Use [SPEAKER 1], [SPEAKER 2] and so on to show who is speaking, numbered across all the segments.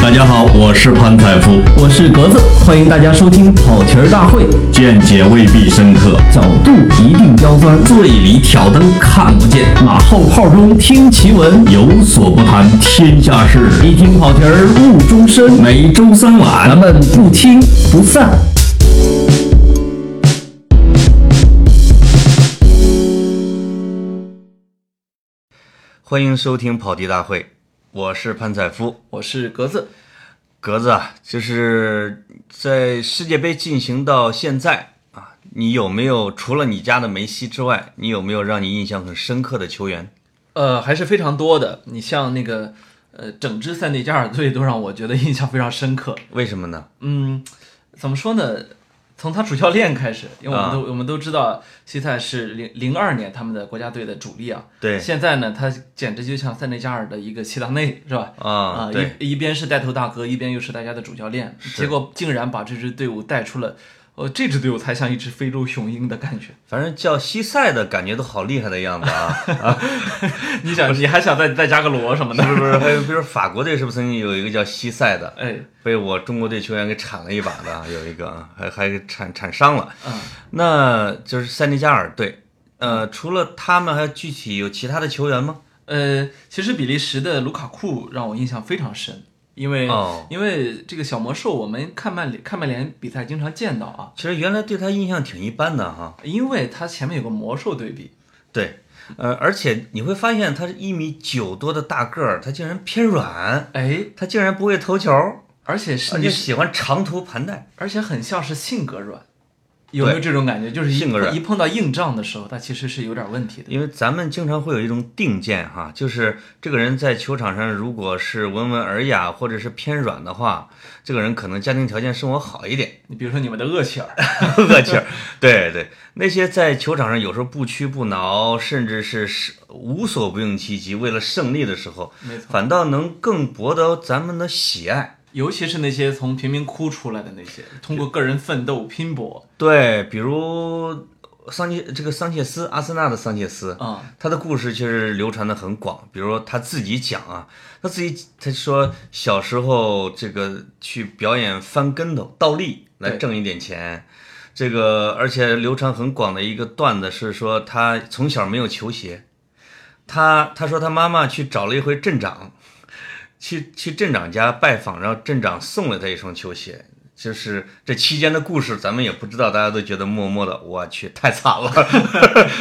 [SPEAKER 1] 大家好，我是潘采夫，
[SPEAKER 2] 我是格子，欢迎大家收听跑题儿大会，
[SPEAKER 1] 见解未必深刻，
[SPEAKER 2] 角度一定刁钻，
[SPEAKER 3] 醉里挑灯看不见，
[SPEAKER 2] 马后炮中听奇闻，
[SPEAKER 1] 有所不谈天下事，
[SPEAKER 2] 一听跑题儿误终身。
[SPEAKER 3] 每周三晚
[SPEAKER 2] 咱们不听不散。
[SPEAKER 3] 欢迎收听跑题大会，我是潘采夫。
[SPEAKER 2] 我是格子，
[SPEAKER 3] 格子啊，就是在世界杯进行到现在啊，你有没有除了你家的梅西之外，你有没有让你印象很深刻的球员？
[SPEAKER 4] 呃，还是非常多的。你像那个呃，整支塞内加尔队都让我觉得印象非常深刻。
[SPEAKER 3] 为什么呢？
[SPEAKER 4] 嗯，怎么说呢？从他主教练开始，因为我们
[SPEAKER 3] 啊
[SPEAKER 4] 都、我们都知道，西塞是零零二年他们的国家队的主力啊。
[SPEAKER 3] 对
[SPEAKER 4] 现在呢，他简直就像塞内加尔的一个齐达内，是吧？
[SPEAKER 3] 啊对
[SPEAKER 4] 一一边是带头大哥，一边又是大家的主教练，结果竟然把这支队伍带出了，呃，这支队伍才像一只非洲雄鹰的感觉。
[SPEAKER 3] 反正叫西塞的感觉都好厉害的样子啊！
[SPEAKER 4] 你想，你还想再再加个罗什么的？
[SPEAKER 3] 是不是？还有比如法国队是不是曾经有一个叫西塞的，
[SPEAKER 4] 哎，
[SPEAKER 3] 被我中国队球员给铲了一把的，有一个啊，还还铲铲伤了。
[SPEAKER 4] 嗯，
[SPEAKER 3] 那就是塞内加尔队。呃，除了他们，还有具体有其他的球员吗？
[SPEAKER 4] 呃，其实比利时的卢卡库让我印象非常深，因为、
[SPEAKER 3] 哦
[SPEAKER 4] 因为这个小魔兽，我们看曼联看曼联比赛经常见到啊，
[SPEAKER 3] 其实原来对他印象挺一般的哈。
[SPEAKER 4] 因为它前面有个魔兽对比，
[SPEAKER 3] 对，呃，而且你会发现他是一米九多的大个儿，他竟然偏软，
[SPEAKER 4] 哎，
[SPEAKER 3] 他竟然不会投球，
[SPEAKER 4] 而且是
[SPEAKER 3] 而
[SPEAKER 4] 啊你
[SPEAKER 3] 且，喜欢长途盘带。
[SPEAKER 4] 而且很像是性格软，有没有
[SPEAKER 3] 对
[SPEAKER 4] 这种感觉？就是一
[SPEAKER 3] 性格软
[SPEAKER 4] 一碰到硬仗的时候，他其实是有点问题的。
[SPEAKER 3] 因为咱们经常会有一种定见哈，就是这个人在球场上如果是温文尔雅或者是偏软的话，这个人可能家庭条件生活好一点，
[SPEAKER 4] 你比如说你们的厄齐尔，
[SPEAKER 3] 恶气儿。对对，那些在球场上有时候不屈不挠，甚至是是无所不用其极，为了胜利的时候，
[SPEAKER 4] 没错，
[SPEAKER 3] 反倒能更博得咱们的喜爱。
[SPEAKER 4] 尤其是那些从贫民窟出来的那些，通过个人奋斗拼搏
[SPEAKER 3] 对，比如桑切这个桑切斯，阿森纳的桑切斯，
[SPEAKER 4] 啊、
[SPEAKER 3] 他的故事其实流传的很广，比如说他自己讲啊，他自己他说小时候这个去表演翻跟头、倒立来
[SPEAKER 4] 对
[SPEAKER 3] 挣一点钱，这个而且流传很广的一个段子是说他从小没有球鞋，他他说他妈妈去找了一回镇长，去去镇长家拜访，然后镇长送了他一双球鞋。就是这期间的故事，咱们也不知道，大家都觉得默默的，我去太惨了，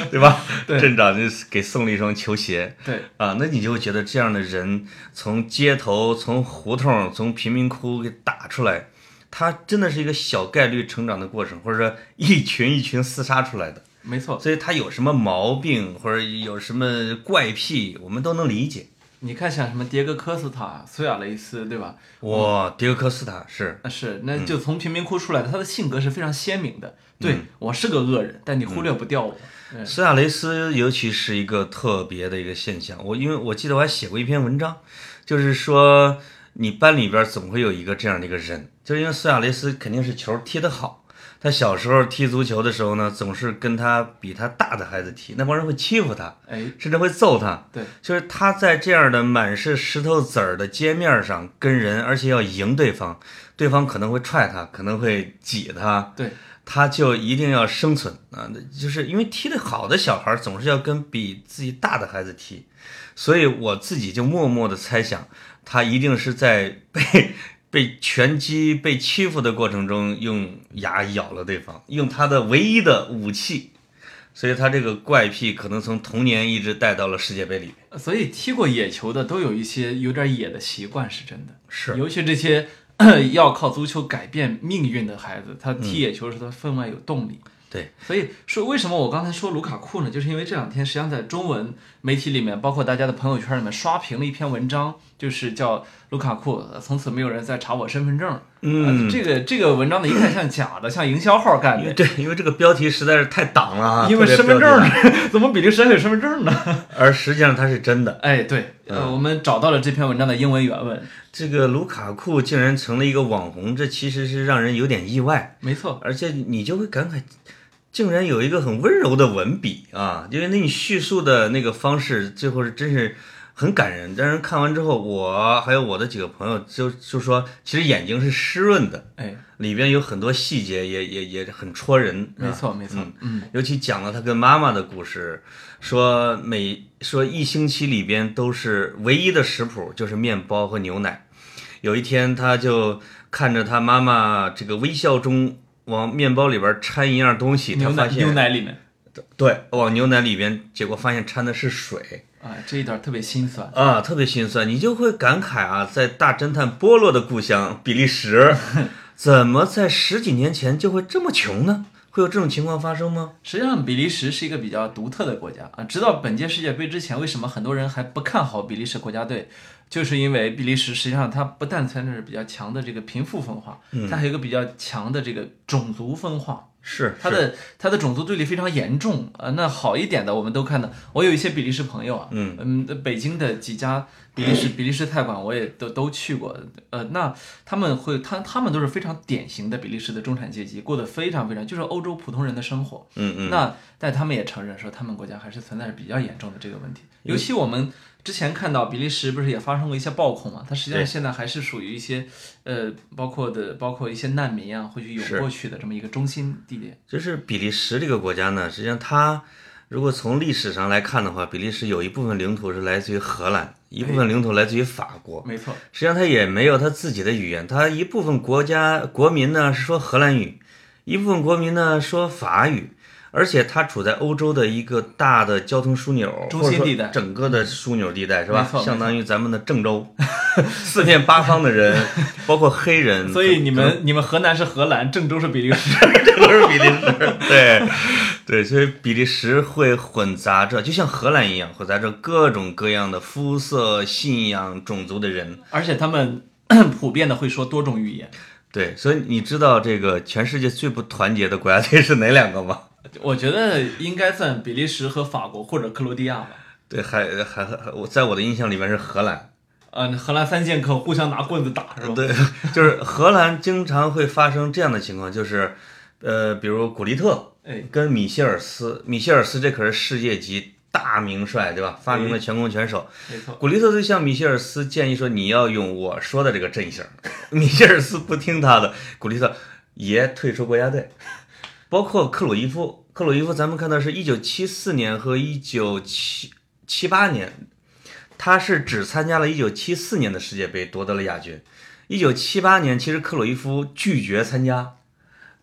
[SPEAKER 3] 对吧？
[SPEAKER 4] 对
[SPEAKER 3] 镇长就是给送了一双球鞋
[SPEAKER 4] 对，
[SPEAKER 3] 啊，那你就会觉得这样的人从街头、从胡同、从贫民窟给打出来，他真的是一个小概率成长的过程，或者说一群一群厮杀出来的。
[SPEAKER 4] 没错。
[SPEAKER 3] 所以他有什么毛病或者有什么怪癖，我们都能理解。
[SPEAKER 4] 你看像什么迭戈科斯塔、苏亚雷斯，对吧？
[SPEAKER 3] 哇，迪克科斯塔是
[SPEAKER 4] 那是，那就从贫民窟出来的，他的性格是非常鲜明的。对、我是个恶人，但你忽略不掉我。嗯
[SPEAKER 3] 苏亚雷斯，尤其是一个特别的一个现象。我因为我记得我还写过一篇文章，就是说你班里边总会有一个这样的一个人，就是因为苏亚雷斯肯定是球踢得好。他小时候踢足球的时候呢，总是跟他比他大的孩子踢，那帮人会欺负他，
[SPEAKER 4] 哎，
[SPEAKER 3] 甚至会揍他。
[SPEAKER 4] 对，
[SPEAKER 3] 就是他在这样的满是石头子儿的街面上跟人，而且要赢对方，对方可能会踹他，可能会挤他，
[SPEAKER 4] 对，
[SPEAKER 3] 他就一定要生存啊！那就是因为踢得好的小孩儿总是要跟比自己大的孩子踢，所以我自己就默默的猜想，他一定是在被 被拳击、被欺负的过程中用牙咬了对方，用他的唯一的武器。所以他这个怪癖可能从童年一直带到了世界杯里面。
[SPEAKER 4] 所以踢过野球的都有一些有点野的习惯，是真的。
[SPEAKER 3] 是
[SPEAKER 4] 尤其这些 要靠足球改变命运的孩子，他踢野球的时候他分外有动力。
[SPEAKER 3] 对，
[SPEAKER 4] 所以说为什么我刚才说卢卡库呢？就是因为这两天实际上在中文媒体里面，包括大家的朋友圈里面刷屏了一篇文章，就是叫卢卡库，呃从此没有人再查我身份证。
[SPEAKER 3] 嗯
[SPEAKER 4] 呃这个这个文章呢，一看像假的，像营销号干
[SPEAKER 3] 因为
[SPEAKER 4] 的。
[SPEAKER 3] 对，因为这个标题实在是太挡了啊！
[SPEAKER 4] 因为
[SPEAKER 3] 特别
[SPEAKER 4] 身份证
[SPEAKER 3] 标
[SPEAKER 4] 儿
[SPEAKER 3] 题党，
[SPEAKER 4] 怎么比利时还有身份证呢？
[SPEAKER 3] 而实际上它是真的。
[SPEAKER 4] 哎，对，呃，我们找到了这篇文章的英文原文，
[SPEAKER 3] 这个卢卡库竟然成了一个网红，这其实是让人有点意外，
[SPEAKER 4] 没错，
[SPEAKER 3] 而且你就会感慨，竟然有一个很温柔的文笔啊！因为那你叙述的那个方式，最后是真是很感人。但是看完之后，我还有我的几个朋友就就说，其实眼睛是湿润的，
[SPEAKER 4] 哎，
[SPEAKER 3] 里边有很多细节也也也很戳人，啊是吧
[SPEAKER 4] 没错没错，嗯，
[SPEAKER 3] 尤其讲了他跟妈妈的故事，说每说一星期里边都是唯一的食谱就是面包和牛奶。有一天，他就看着他妈妈这个微笑中往面包里边掺一样东西，他
[SPEAKER 4] 牛
[SPEAKER 3] 发
[SPEAKER 4] 奶牛
[SPEAKER 3] 现
[SPEAKER 4] 奶里面，
[SPEAKER 3] 对，往牛奶里边，结果发现掺的是水
[SPEAKER 4] 啊，这一段特别心酸，
[SPEAKER 3] 啊，特别心酸。你就会感慨啊，在大侦探波洛的故乡比利 时，怎么在十几年前就会这么穷呢？会有这种情况发生吗？
[SPEAKER 4] 实际上，比利时是一个比较独特的国家啊。直到本届世界杯之前，为什么很多人还不看好比利时国家队？就是因为比利时实际上它不但存在着比较强的这个贫富分化，它还有一个比较强的这个种族分化。
[SPEAKER 3] 是
[SPEAKER 4] 它的它的种族对立非常严重啊、呃那好一点的我们都看到，我有一些比利时朋友啊，嗯北京的几家比利时比利时菜馆我也都都去过，呃，那他们会他他们都是非常典型的比利时的中产阶级，过得非常非常就是欧洲普通人的生活，嗯嗯，那但他们也承认说他们国家还是存在着比较严重的这个问题，尤其我们。之前看到比利时不是也发生过一些暴恐嘛？它实际上
[SPEAKER 3] 对
[SPEAKER 4] 现在还是属于一些，呃，包括的包括一些难民啊，会去涌
[SPEAKER 3] 是
[SPEAKER 4] 过去的这么一个中心地点。
[SPEAKER 3] 就是比利时这个国家呢，实际上它如果从历史上来看的话，比利时有一部分领土是来自于荷兰，一
[SPEAKER 4] 哎
[SPEAKER 3] 部分领土来自于法国。
[SPEAKER 4] 没错，
[SPEAKER 3] 实际上，它也没有它自己的语言，它一部分国家国民呢是说荷兰语，一部分国民呢说法语，而且它处在欧洲的一个大的交通枢纽，
[SPEAKER 4] 中心地带
[SPEAKER 3] 或者说整个的枢纽地带是吧
[SPEAKER 4] 没错？没错
[SPEAKER 3] 相当于咱们的郑 州，四面八方的人，包括黑人，
[SPEAKER 4] 嗯所以你们你们河南是荷兰，郑州是比利时，
[SPEAKER 3] 都是比利时， 对对，所以比利时会混杂着，就像荷兰一样，混杂着各种各样的肤色、信仰、种族的人。
[SPEAKER 4] 而且他们 普遍的会说多种语言。
[SPEAKER 3] 对，所以你知道这个全世界最不团结的国家队是哪两个吗？
[SPEAKER 4] 我觉得应该算比利时和法国或者克罗地亚吧。
[SPEAKER 3] 对，还还还我在我的印象里面是荷兰。
[SPEAKER 4] 嗯，荷兰三剑客互相拿棍子打是吧？
[SPEAKER 3] 对，就是荷兰经常会发生这样的情况，就是，呃，比如古利特
[SPEAKER 4] 哎，
[SPEAKER 3] 跟米歇尔斯，米歇尔斯这可是世界级大名帅，对吧？发明了全攻全守。
[SPEAKER 4] 没错，
[SPEAKER 3] 古利特就向米歇尔斯建议说：“你要用我说的这个阵型。” 米歇尔斯不听他的，古利特也退出国家队。包括克鲁伊夫，克鲁伊夫咱们看到是一九七四年和一九七七八年，他是只参加了一九七四年的世界杯，夺得了亚军。一九七八年，其实克鲁伊夫拒绝参加，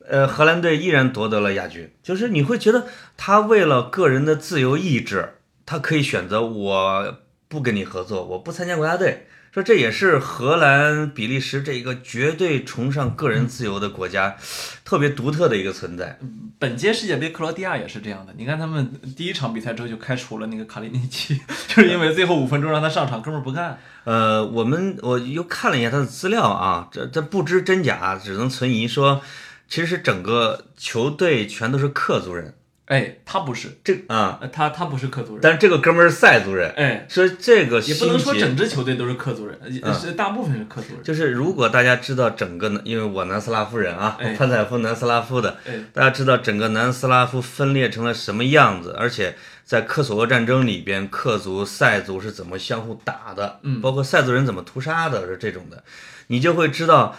[SPEAKER 3] 呃，荷兰队依然夺得了亚军。就是你会觉得他为了个人的自由意志，他可以选择我不跟你合作，我不参加国家队。说这也是荷兰、比利时这个绝对崇尚个人自由的国家，特别独特的一个存在。
[SPEAKER 4] 本届世界杯克罗地亚也是这样的。你看他们第一场比赛之后就开除了那个卡里尼奇， 就是因为最后五分钟让他上场，哥们儿不干。
[SPEAKER 3] 呃，我们我又看了一下他的资料啊，这这不知真假，啊只能存疑说。其实整个球队全都是克族人，
[SPEAKER 4] 哎，他不是，
[SPEAKER 3] 这啊、
[SPEAKER 4] 呃他他不是克族人。
[SPEAKER 3] 但是这个哥们儿是塞族人，
[SPEAKER 4] 哎，
[SPEAKER 3] 说这个
[SPEAKER 4] 也不能说
[SPEAKER 3] 心结嗯
[SPEAKER 4] 整支球队都是克族人，呃是大部分是克族人。
[SPEAKER 3] 就是如果大家知道整个，因为我南斯拉夫人啊，
[SPEAKER 4] 哎
[SPEAKER 3] 我潘采夫南斯拉夫的，
[SPEAKER 4] 哎
[SPEAKER 3] 大家知道整个南斯拉夫分裂成了什么样子，而且在科索沃战争里边，克族、塞族是怎么相互打的，嗯，包括塞族人怎么屠杀的，是这种的，你就会知道，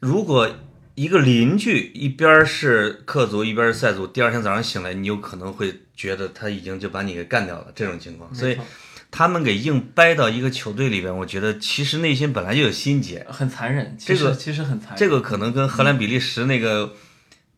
[SPEAKER 3] 如果一个邻居一边是克族，一边是塞族，第二天早上醒来，你有可能会觉得他已经就把你给干掉了这种情况，所以。他们给硬掰到一个球队里边，我觉得其实内心本来就有心结，
[SPEAKER 4] 很残忍，其实
[SPEAKER 3] 这个
[SPEAKER 4] 其实很残忍。
[SPEAKER 3] 这个可能跟荷兰、比利时那个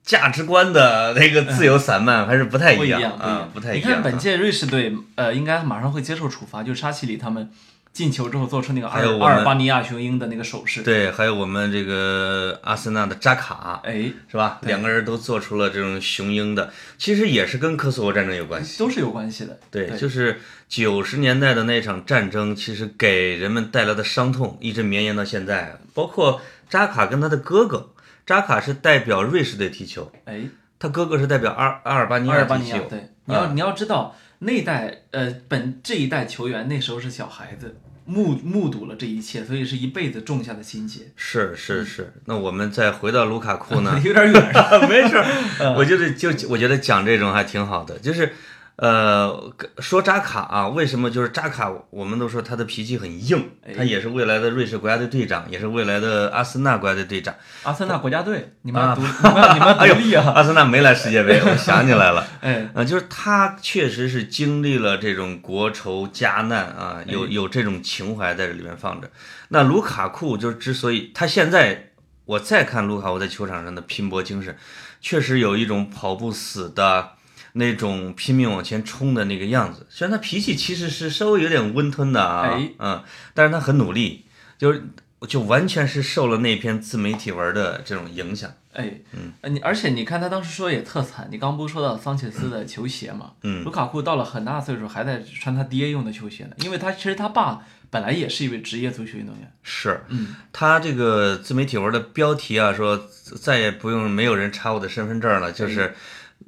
[SPEAKER 3] 价值观的那个自由散漫还是不太
[SPEAKER 4] 不
[SPEAKER 3] 一
[SPEAKER 4] 样，不一
[SPEAKER 3] 啊，不太一
[SPEAKER 4] 你
[SPEAKER 3] 样啊。
[SPEAKER 4] 看本届瑞士队，呃，应该马上会接受处罚，就是沙奇里他们进球之后做出那个阿
[SPEAKER 3] 还有
[SPEAKER 4] 尔
[SPEAKER 3] 我
[SPEAKER 4] 阿
[SPEAKER 3] 们
[SPEAKER 4] 尔巴尼亚雄鹰的那个手势。，
[SPEAKER 3] 对，还有我们这个阿森纳的扎卡
[SPEAKER 4] 哎，
[SPEAKER 3] 是吧？两个人都做出了这种雄鹰的，其实也是跟科索沃战争有关系。
[SPEAKER 4] 都是有关系的。
[SPEAKER 3] 对，
[SPEAKER 4] 对
[SPEAKER 3] 就是九十年代的那场战争，其实给人们带来的伤痛一直绵延到现在。包括扎卡跟他的哥哥，扎卡是代表瑞士队踢球，
[SPEAKER 4] 哎，
[SPEAKER 3] 他哥哥是代表阿尔阿尔巴尼
[SPEAKER 4] 阿尔巴
[SPEAKER 3] 踢
[SPEAKER 4] 尼亚
[SPEAKER 3] 球。，
[SPEAKER 4] 对，你要
[SPEAKER 3] 啊
[SPEAKER 4] 你要知道那一代呃本这一代球员那时候是小孩子，目目睹了这一切，所以是一辈子种下的心结。
[SPEAKER 3] 是是是，那我们再回到卢卡库呢
[SPEAKER 4] ？有点远了，
[SPEAKER 3] 没事儿，我觉得就我觉得讲这种还挺好的，就是呃，说扎卡啊，为什么就是扎卡？我们都说他的脾气很硬，他也是未来的瑞士国家队队长，也是未来的阿森纳国家队队长。
[SPEAKER 4] 阿森纳国家队，你
[SPEAKER 3] 啊
[SPEAKER 4] 们独，你们你
[SPEAKER 3] 哎
[SPEAKER 4] 们独立啊！
[SPEAKER 3] 阿森纳没来世界杯，我想起来了。
[SPEAKER 4] 哎，
[SPEAKER 3] 啊，就是他确实是经历了这种国仇家难啊，有有这种情怀在这里面放着。那卢卡库就是之所以他现在，我再看卢卡库在球场上的拼搏精神，确实有一种跑不死的那种拼命往前冲的那个样子。虽然他脾气其实是稍微有点温吞的啊，
[SPEAKER 4] 哎
[SPEAKER 3] 嗯，但是他很努力，就是就完全是受了那篇自媒体文的这种影响。
[SPEAKER 4] 哎，
[SPEAKER 3] 嗯
[SPEAKER 4] 呃你而且你看他当时说也特惨，你刚不是说到桑切斯的球鞋嘛？
[SPEAKER 3] 嗯
[SPEAKER 4] 卢卡库到了很大岁数还在穿他爹用的球鞋呢，因为他其实他爸本来也是一位职业足球运动员。
[SPEAKER 3] 是，
[SPEAKER 4] 嗯，
[SPEAKER 3] 他这个自媒体文的标题啊，说再也不用没有人查我的身份证了，就是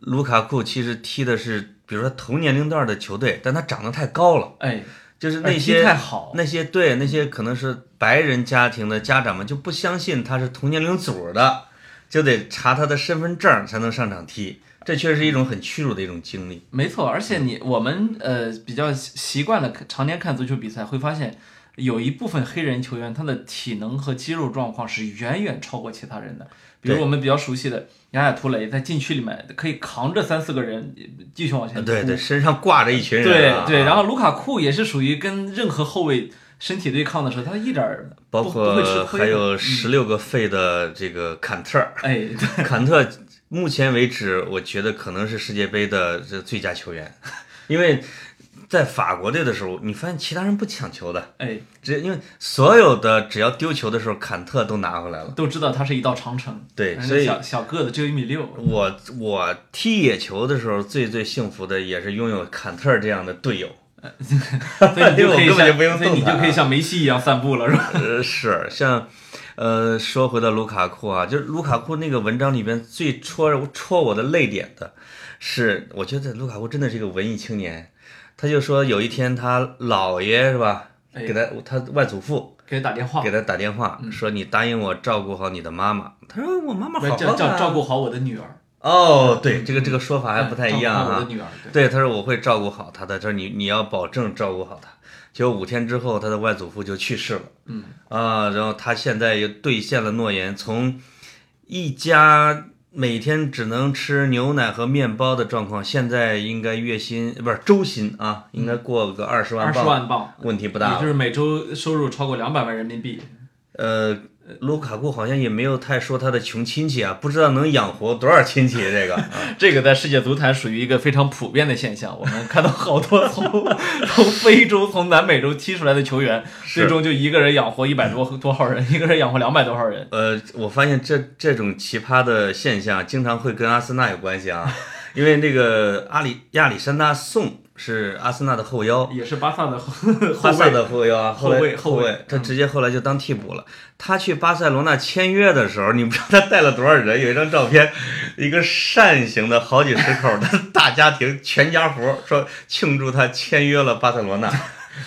[SPEAKER 3] 卢卡库其实踢的是，比如说同年龄段的球队，但他长得太高了，
[SPEAKER 4] 哎，
[SPEAKER 3] 就是
[SPEAKER 4] 而
[SPEAKER 3] 那
[SPEAKER 4] 踢
[SPEAKER 3] 些
[SPEAKER 4] 太好
[SPEAKER 3] 那些对那些可能是白人家庭的家长们就不相信他是同年龄组的，就得查他的身份证才能上场踢，这确实是一种很屈辱的一种经历。
[SPEAKER 4] 没错，而且你我们呃比较习习惯了看常年看足球比赛，会发现有一部分黑人球员他的体能和肌肉状况是远远超过其他人的。比如
[SPEAKER 3] 对
[SPEAKER 4] 我们比较熟悉的雅雅图雷，在禁区里面可以扛着三四个人呃继续往前
[SPEAKER 3] 对
[SPEAKER 4] 冲
[SPEAKER 3] 对，身上挂着一群人、啊
[SPEAKER 4] 对，对，然后卢卡库也是属于跟任何后卫身体对抗的时候，他一点儿
[SPEAKER 3] 包
[SPEAKER 4] 不不会吃
[SPEAKER 3] 括
[SPEAKER 4] 亏的，
[SPEAKER 3] 还
[SPEAKER 4] 嗯
[SPEAKER 3] 有十六个肺的这个坎特儿。
[SPEAKER 4] 哎，对
[SPEAKER 3] 坎特目前为止，我觉得可能是世界杯的这最佳球员，因为在法国队的时候，你发现其他人不抢球的，
[SPEAKER 4] 哎，
[SPEAKER 3] 只因为所有的只要丢球的时候，坎特都拿回来了。
[SPEAKER 4] 都知道他是一道长城，
[SPEAKER 3] 对
[SPEAKER 4] 反正
[SPEAKER 3] 所以
[SPEAKER 4] 哎小小个子只有一米 六，
[SPEAKER 3] 我我踢野球的时候，最最幸福的也是拥有坎特这样的队友。
[SPEAKER 4] 所以你就可以
[SPEAKER 3] 因为我根本就
[SPEAKER 4] 像，
[SPEAKER 3] 不用
[SPEAKER 4] 所以你
[SPEAKER 3] 动他
[SPEAKER 4] 就可以像梅西一样散步了，是 吧？
[SPEAKER 3] 呃，是像，呃，说回到卢卡库啊，就是卢卡库那个文章里边最戳戳我的泪点的是，我觉得卢卡库真的是一个文艺青年。他就说有一天他姥爷是吧，
[SPEAKER 4] 哎哦嗯
[SPEAKER 3] 给他他外祖父
[SPEAKER 4] 给人打电话
[SPEAKER 3] 给，他打电话说你答应我照顾好你的妈妈。他说我妈妈
[SPEAKER 4] 不
[SPEAKER 3] 好
[SPEAKER 4] 是
[SPEAKER 3] 好的
[SPEAKER 4] 照照
[SPEAKER 3] 啊
[SPEAKER 4] 照顾好我的女儿，哎
[SPEAKER 3] 哦，对这个这个说法还不太一样
[SPEAKER 4] 照顾好我
[SPEAKER 3] 啊
[SPEAKER 4] 的。女儿，对，
[SPEAKER 3] 对，他说我会照顾好他的，他说你你要保证照顾好他。结果五天之后，他的外祖父就去世了。
[SPEAKER 4] 嗯
[SPEAKER 3] 啊，然后他现在又兑现了诺言，从一家每天只能吃牛奶和面包的状况，现在应该月薪不是周薪啊，应该过个二十万
[SPEAKER 4] 嗯二十
[SPEAKER 3] 镑，
[SPEAKER 4] 万镑，
[SPEAKER 3] 问题不
[SPEAKER 4] 也
[SPEAKER 3] 大了。
[SPEAKER 4] 就是每周收入超过两百万人民币，
[SPEAKER 3] 呃，卢卡库好像也没有太说他的穷亲戚啊，不知道能养活多少亲戚这个。啊
[SPEAKER 4] 这个在世界足坛属于一个非常普遍的现象，我们看到好多从从非洲、从南美洲踢出来的球员，最终就一个人养活一百多多号人， 一个人养活两百多号人。
[SPEAKER 3] 呃，我发现这这种奇葩的现象经常会跟阿森纳有关系 啊，因为那个阿里亚历山大宋是阿森纳的后腰，
[SPEAKER 4] 也是巴萨的后后
[SPEAKER 3] 巴萨
[SPEAKER 4] 卫，
[SPEAKER 3] 的后腰啊，
[SPEAKER 4] 后
[SPEAKER 3] 来
[SPEAKER 4] 卫
[SPEAKER 3] 后
[SPEAKER 4] 后卫嗯
[SPEAKER 3] 他直接后来就当替补了。他去巴塞罗那签约的时候，你不知道他带了多少人，有一张照片，一个扇形的好几十口 的大家庭全家福，说庆祝他签约了巴塞罗那。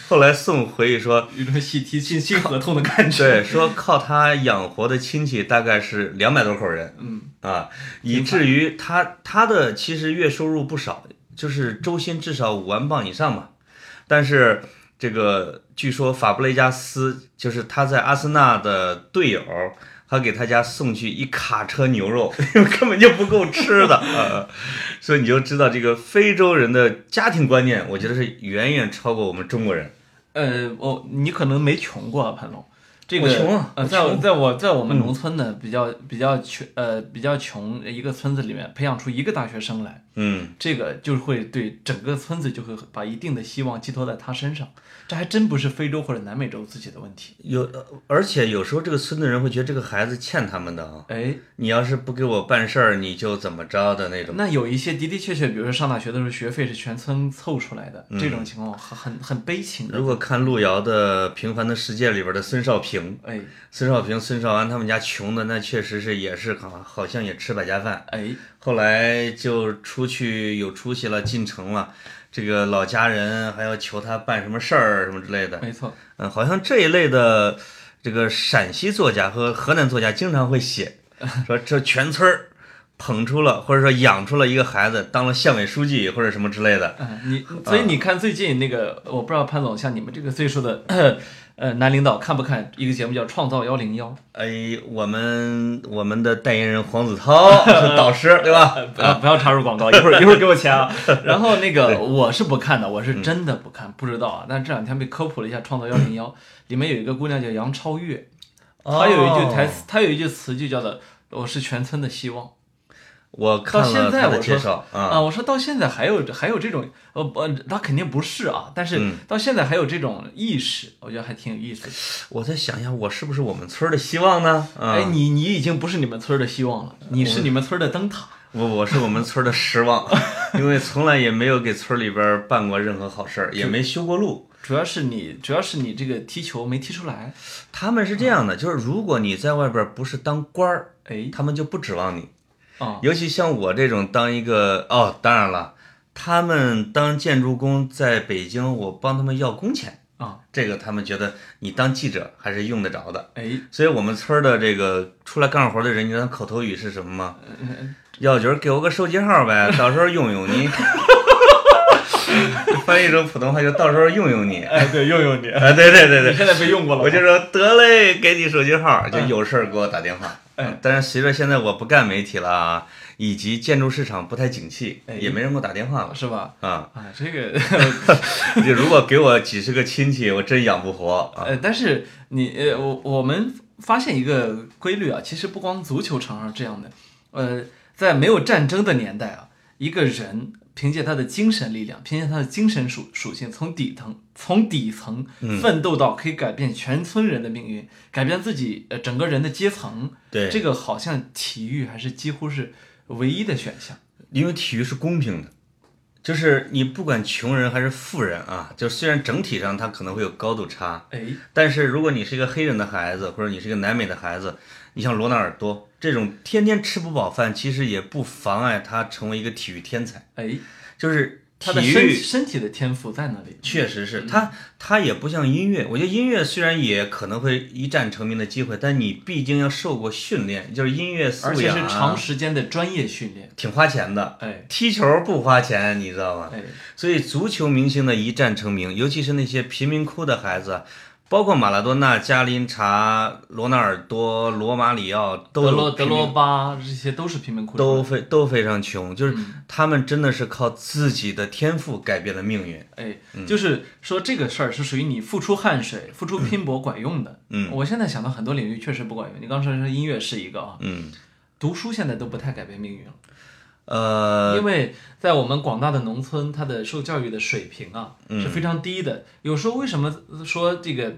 [SPEAKER 3] 后来宋回忆说，
[SPEAKER 4] 有一种喜提新新合同的感觉。
[SPEAKER 3] 对，说靠他养活的亲戚大概是两百多口人
[SPEAKER 4] 嗯，
[SPEAKER 3] 啊，以至于他他的其实月收入不少，就是周薪至少五万镑以上吧。但是这个据说法布雷加斯就是他在阿森纳的队友，他给他家送去一卡车牛肉， 根本就不够吃的、呃，所以你就知道这个非洲人的家庭观念，我觉得是远远超过我们中国人。
[SPEAKER 4] 呃，我你可能没穷过、啊，潘龙。这个
[SPEAKER 3] 我穷啊
[SPEAKER 4] 呃，
[SPEAKER 3] 我
[SPEAKER 4] 在我
[SPEAKER 3] 穷嗯
[SPEAKER 4] 在我在我们农村的比较比较穷呃比较穷一个村子里面培养出一个大学生来，
[SPEAKER 3] 嗯，
[SPEAKER 4] 这个就会对整个村子就会把一定的希望寄托在他身上，这还真不是非洲或者南美洲自己的问题。
[SPEAKER 3] 有，而且有时候这个村的人会觉得这个孩子欠他们的啊，
[SPEAKER 4] 哎，
[SPEAKER 3] 你要是不给我办事儿，你就怎么着的那种。
[SPEAKER 4] 那有一些的的确确，比如说上大学的时候学费是全村凑出来的，这种情况很很很悲情的
[SPEAKER 3] 嗯如。果看路遥的《平凡的世界》里边的孙少平，
[SPEAKER 4] 哎
[SPEAKER 3] 孙少平、孙少安他们家穷的那确实是也是好，好像也吃百家饭。
[SPEAKER 4] 哎，
[SPEAKER 3] 后来就出去有出息了，进城了，这个老家人还要求他办什么事儿什么之类的。
[SPEAKER 4] 没错，
[SPEAKER 3] 嗯，好像这一类的 这个陕西作家和河南作家经常会写，说这全村儿捧出了或者说养出了一个孩子，当了县委书记或者什么之类的，
[SPEAKER 4] 嗯， 你所以你看最近那个，我不知道潘总像你们这个岁数的， 呃，男领导看不看一个节目叫《创造幺零幺》？
[SPEAKER 3] 哎，我们我们的代言人黄子 韬是导师，对吧？
[SPEAKER 4] 不啊要不要插入广告，一会儿一 会儿给我钱啊。然后那个我是不看的，我是真的不看，不知道啊。但是这两天被科普了一下，《创造幺零 幺》里面有一个姑娘叫杨超越，她有一句台
[SPEAKER 3] 哦
[SPEAKER 4] 词，她有一句词就叫做“我是全村的希望”。
[SPEAKER 3] 我看
[SPEAKER 4] 到
[SPEAKER 3] 了
[SPEAKER 4] 现
[SPEAKER 3] 他
[SPEAKER 4] 在
[SPEAKER 3] 的
[SPEAKER 4] 我
[SPEAKER 3] 介
[SPEAKER 4] 说
[SPEAKER 3] 绍
[SPEAKER 4] 啊，我说到现在还有还有这种呃不，他肯定不是啊，但是到现在还有这种意识，我觉得还挺有意思的。
[SPEAKER 3] 我在想一下，我是不是我们村儿的希望呢？啊、
[SPEAKER 4] 哎，你你已经不是你们村儿的希望了，你是你们村儿的灯塔。
[SPEAKER 3] 我我是我们村儿的失望， 因为从来也没有给村儿里边儿办过任何好事儿，也没修过路。
[SPEAKER 4] 主要是你，主要是你这个踢球没踢出来。
[SPEAKER 3] 他们是这样的，就是如果你在外边儿不是当官儿，
[SPEAKER 4] 哎，
[SPEAKER 3] 他们就不指望你。
[SPEAKER 4] 啊、
[SPEAKER 3] 尤其像我这种当一个哦，当然了，他们当建筑工在北京，我帮他们要工钱
[SPEAKER 4] 啊，
[SPEAKER 3] 这个他们觉得你当记者还是用得着的。
[SPEAKER 4] 哎，
[SPEAKER 3] 所以我们村儿的这个出来干活的人，你知道口头语是什么吗？
[SPEAKER 4] 嗯
[SPEAKER 3] 要局儿给我个手机号 呗，到时候用用你。翻译成普通话就到时候用用你。
[SPEAKER 4] 哎，对，用用你，
[SPEAKER 3] 啊， 对对对
[SPEAKER 4] 你
[SPEAKER 3] 对，
[SPEAKER 4] 现在被用过了 吧。
[SPEAKER 3] 我就说得嘞，给你手机号，就有事儿给我打电话。嗯
[SPEAKER 4] 哎，
[SPEAKER 3] 但是随着现在我不干媒体了啊，以及建筑市场不太景气，
[SPEAKER 4] 哎
[SPEAKER 3] 也没人给我打电话了
[SPEAKER 4] 是吧？
[SPEAKER 3] 啊。
[SPEAKER 4] 啊，这个，
[SPEAKER 3] 就如果给我几十个亲戚，我真养不活啊。
[SPEAKER 4] 呃，但是你，呃，我我们发现一个规律啊，其实不光足球场上这样的，呃，在没有战争的年代啊，一个人凭借他的精神力量，凭借他的精神属属性，从底层从底层
[SPEAKER 3] 嗯
[SPEAKER 4] 奋斗到可以改变全村人的命运，改变自己呃整个人的阶层，
[SPEAKER 3] 对，
[SPEAKER 4] 这个好像体育还是几乎是唯一的选项。
[SPEAKER 3] 因为体育是公平的，就是你不管穷人还是富人啊，就虽然整体上他可能会有高度差，
[SPEAKER 4] 哎，
[SPEAKER 3] 但是如果你是一个黑人的孩子，或者你是一个南美的孩子，你像罗纳尔多这种天天吃不饱饭，其实也不妨碍他成为一个体育天才。
[SPEAKER 4] 哎，
[SPEAKER 3] 就是
[SPEAKER 4] 他的
[SPEAKER 3] 体
[SPEAKER 4] 身
[SPEAKER 3] 育
[SPEAKER 4] 身体嗯的天赋在那里。
[SPEAKER 3] 确实是他，他也不像音乐。我觉得音乐虽然也可能会一战成名的机会，但你毕竟要受过训练，就是音乐素
[SPEAKER 4] 而且
[SPEAKER 3] 养
[SPEAKER 4] 是
[SPEAKER 3] 啊、
[SPEAKER 4] 长时间的专业训练。
[SPEAKER 3] 挺花钱的。
[SPEAKER 4] 哎
[SPEAKER 3] 踢球不花钱，你知道吗？
[SPEAKER 4] 哎，
[SPEAKER 3] 所以足球明星的一战成名，尤其是那些贫民窟的孩子，包括马拉多纳、加林查、罗纳尔多、罗马里奥，都
[SPEAKER 4] 德
[SPEAKER 3] 有
[SPEAKER 4] 罗
[SPEAKER 3] 贫
[SPEAKER 4] 德
[SPEAKER 3] 民
[SPEAKER 4] 罗巴这些都是嗯贫民窟出来
[SPEAKER 3] 都
[SPEAKER 4] 的。
[SPEAKER 3] 非都非常穷，就是他们真的是靠自己的天赋改变了命运。
[SPEAKER 4] 哎，就是说这个事儿是属于你付出汗水、付出拼搏管用的。
[SPEAKER 3] 嗯
[SPEAKER 4] 我现在想到很多领域确实不管用。你刚说说音乐是一个啊，
[SPEAKER 3] 嗯，
[SPEAKER 4] 读书现在都不太改变命运了，
[SPEAKER 3] 呃，
[SPEAKER 4] 因为在我们广大的农村，它的受教育的水平啊
[SPEAKER 3] 嗯
[SPEAKER 4] 是非常低的。有时候为什么说这个？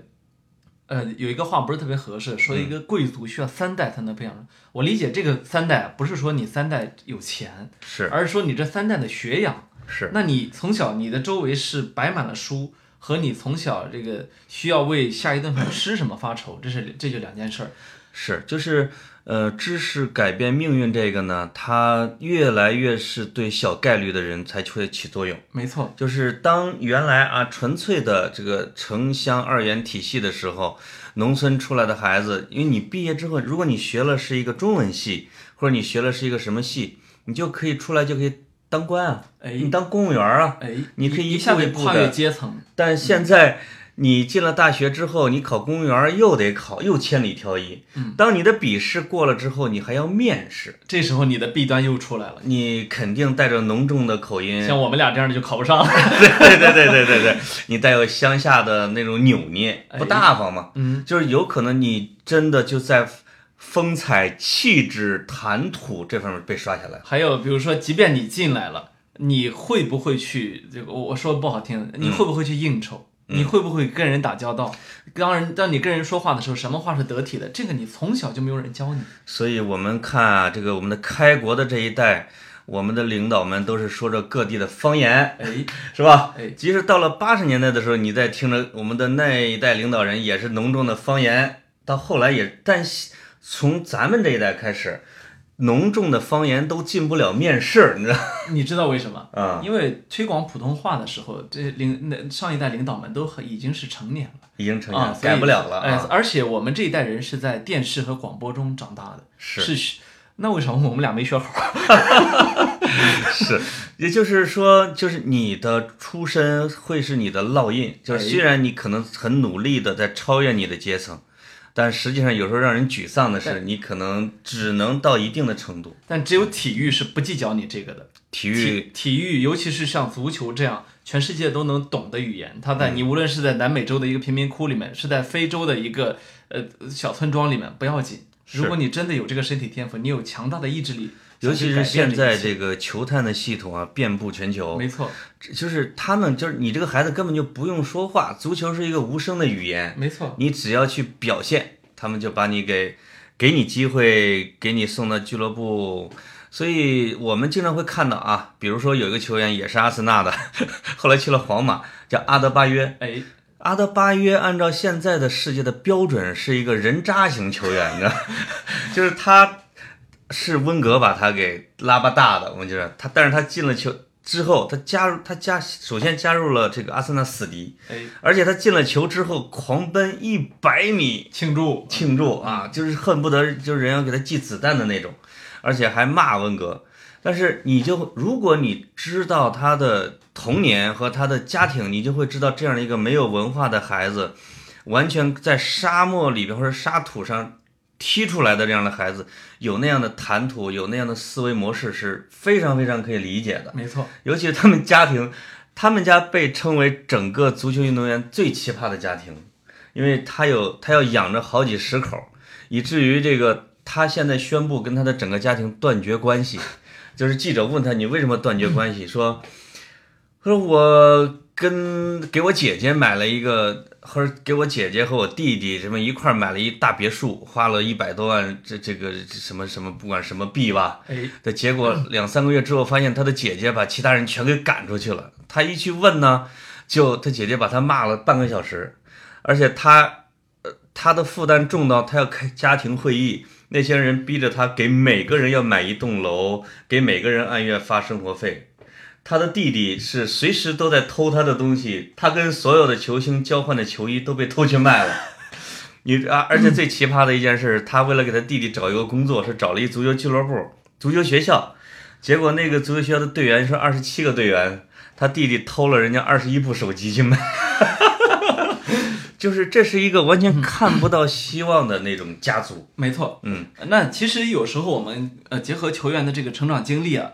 [SPEAKER 4] 呃，有一个话不是特别合适，
[SPEAKER 3] 嗯
[SPEAKER 4] 说一个贵族需要三代才能培养出来。我理解这个三代啊不是说你三代有钱，
[SPEAKER 3] 是
[SPEAKER 4] 而是说你这三代的学养。
[SPEAKER 3] 是，
[SPEAKER 4] 那你从小你的周围是摆满了书，和你从小这个需要为下一顿饭吃什么发愁，这是这就两件事儿。
[SPEAKER 3] 是，就是呃，知识改变命运这个呢，它越来越是对小概率的人才会起作用。
[SPEAKER 4] 没错，
[SPEAKER 3] 就是当原来啊纯粹的这个城乡二元体系的时候，农村出来的孩子，因为你毕业之后，如果你学了是一个中文系，或者你学了是一个什么系，你就可以出来就可以当官啊，
[SPEAKER 4] 哎
[SPEAKER 3] 你当公务员啊。
[SPEAKER 4] 哎，
[SPEAKER 3] 你可以
[SPEAKER 4] 一
[SPEAKER 3] 一
[SPEAKER 4] 下
[SPEAKER 3] 步一
[SPEAKER 4] 子
[SPEAKER 3] 步
[SPEAKER 4] 跨
[SPEAKER 3] 地
[SPEAKER 4] 越阶层，
[SPEAKER 3] 但现在你进了大学之后，你考公务员又得考，又千里挑一。
[SPEAKER 4] 嗯
[SPEAKER 3] 当你的笔试过了之后，你还要面试，
[SPEAKER 4] 这时候你的弊端又出来了。
[SPEAKER 3] 你肯定带着浓重的口音，
[SPEAKER 4] 像我们俩这样的就考不上。
[SPEAKER 3] 对对对对对对，你带有乡下的那种扭捏，不大方嘛，
[SPEAKER 4] 哎嗯，
[SPEAKER 3] 就是有可能你真的就在风采、气质、谈吐这方面被刷下来。
[SPEAKER 4] 还有比如说，即便你进来了，你会不会去这个？我我说不好听，你会不会去应酬？
[SPEAKER 3] 嗯
[SPEAKER 4] 你会不会跟人打交道？当然，当你跟人说话的时候，什么话是得体的？这个你从小就没有人教你。
[SPEAKER 3] 所以我们看啊，这个我们的开国的这一代，我们的领导们都是说着各地的方言，
[SPEAKER 4] 哎，
[SPEAKER 3] 是吧
[SPEAKER 4] 哎？
[SPEAKER 3] 即使到了八十年代的时候，你再听着我们的那一代领导人也是浓重的方言，到后来也，但是从咱们这一代开始。浓重的方言都进不了面试，你知道吗
[SPEAKER 4] 你知道为什么？
[SPEAKER 3] 啊？
[SPEAKER 4] 因为推广普通话的时候，这领那上一代领导们都很已经是成年了
[SPEAKER 3] 已经成
[SPEAKER 4] 啊
[SPEAKER 3] 年，，
[SPEAKER 4] 所以
[SPEAKER 3] 改不了了
[SPEAKER 4] 哎
[SPEAKER 3] 啊。，
[SPEAKER 4] 而且我们这一代人是在电视和广播中长大的，
[SPEAKER 3] 是
[SPEAKER 4] 是那为什么我们俩没学好？
[SPEAKER 3] 是，也就是说，就是你的出身会是你的烙印，就是虽然你可能很努力的在超越你的阶层，但实际上有时候让人沮丧的是，你可能只能到一定的程度。
[SPEAKER 4] 但只有体育是不计较你这个的。
[SPEAKER 3] 体育
[SPEAKER 4] 体育，尤其是像足球这样全世界都能懂的语言，它
[SPEAKER 3] 嗯
[SPEAKER 4] 在你无论是在南美洲的一个贫民窟里面，是在非洲的一个呃小村庄里面，不要紧。如果你真的有这个身体天赋，你有强大的意志力，
[SPEAKER 3] 尤其是
[SPEAKER 4] 想去改变
[SPEAKER 3] 现在
[SPEAKER 4] 一切
[SPEAKER 3] 这个球探的系统啊，遍布全球，
[SPEAKER 4] 没错，
[SPEAKER 3] 这就是他们就是你这个孩子根本就不用说话，足球是一个无声的语言，
[SPEAKER 4] 没错，
[SPEAKER 3] 你只要去表现，他们就把你给给你机会，给你送到俱乐部。所以我们经常会看到啊，比如说有一个球员也是阿森纳的， 后来去了皇马，叫阿德巴约。
[SPEAKER 4] 哎，
[SPEAKER 3] 阿德巴约按照现在的世界的标准是一个人渣型球员的， 就是他是温格把他给拉巴大的，我们就是他，但是他进了球之后，他加入他加首先加入了这个阿森纳死敌，
[SPEAKER 4] 哎，
[SPEAKER 3] 而且他进了球之后狂奔一百米
[SPEAKER 4] 庆祝，
[SPEAKER 3] 庆祝啊，就是恨不得就是人要给他寄子弹的那种，而且还骂温格。但是你就如果你知道他的童年和他的家庭，你就会知道这样的一个没有文化的孩子，完全在沙漠里边或者沙土上踢出来的这样的孩子，有那样的谈吐，有那样的思维模式是非常非常可以理解的。
[SPEAKER 4] 没错，
[SPEAKER 3] 尤其是他们家庭，他们家被称为整个足球运动员最奇葩的家庭，因为他有他要养着好几十口，以至于这个他现在宣布跟他的整个家庭断绝关系。就是记者问他你为什么断绝关系，说，他说我跟给我姐姐买了一个，或者给我姐姐和我弟弟什么一块儿买了一大别墅，花了一百多万，这这个什么什么不管什么币吧，
[SPEAKER 4] 哎，
[SPEAKER 3] 的结果两三个月之后，发现他的姐姐把其他人全给赶出去了。他一去问呢，就他姐姐把他骂了半个小时，而且他，呃，他的负担重到他要开家庭会议，那些人逼着他给每个人要买一栋楼，给每个人按月发生活费。他的弟弟是随时都在偷他的东西，他跟所有的球星交换的球衣都被偷去卖了。你啊，而且最奇葩的一件事，他为了给他弟弟找一个工作，是找了一足球俱乐部、足球学校，结果那个足球学校的队员是二十七个队员，他弟弟偷了人家二十一部手机去卖， 就是这是一个完全看不到希望的那种家族。
[SPEAKER 4] 没错，
[SPEAKER 3] 嗯，
[SPEAKER 4] 那其实有时候我们呃结合球员的这个成长经历啊，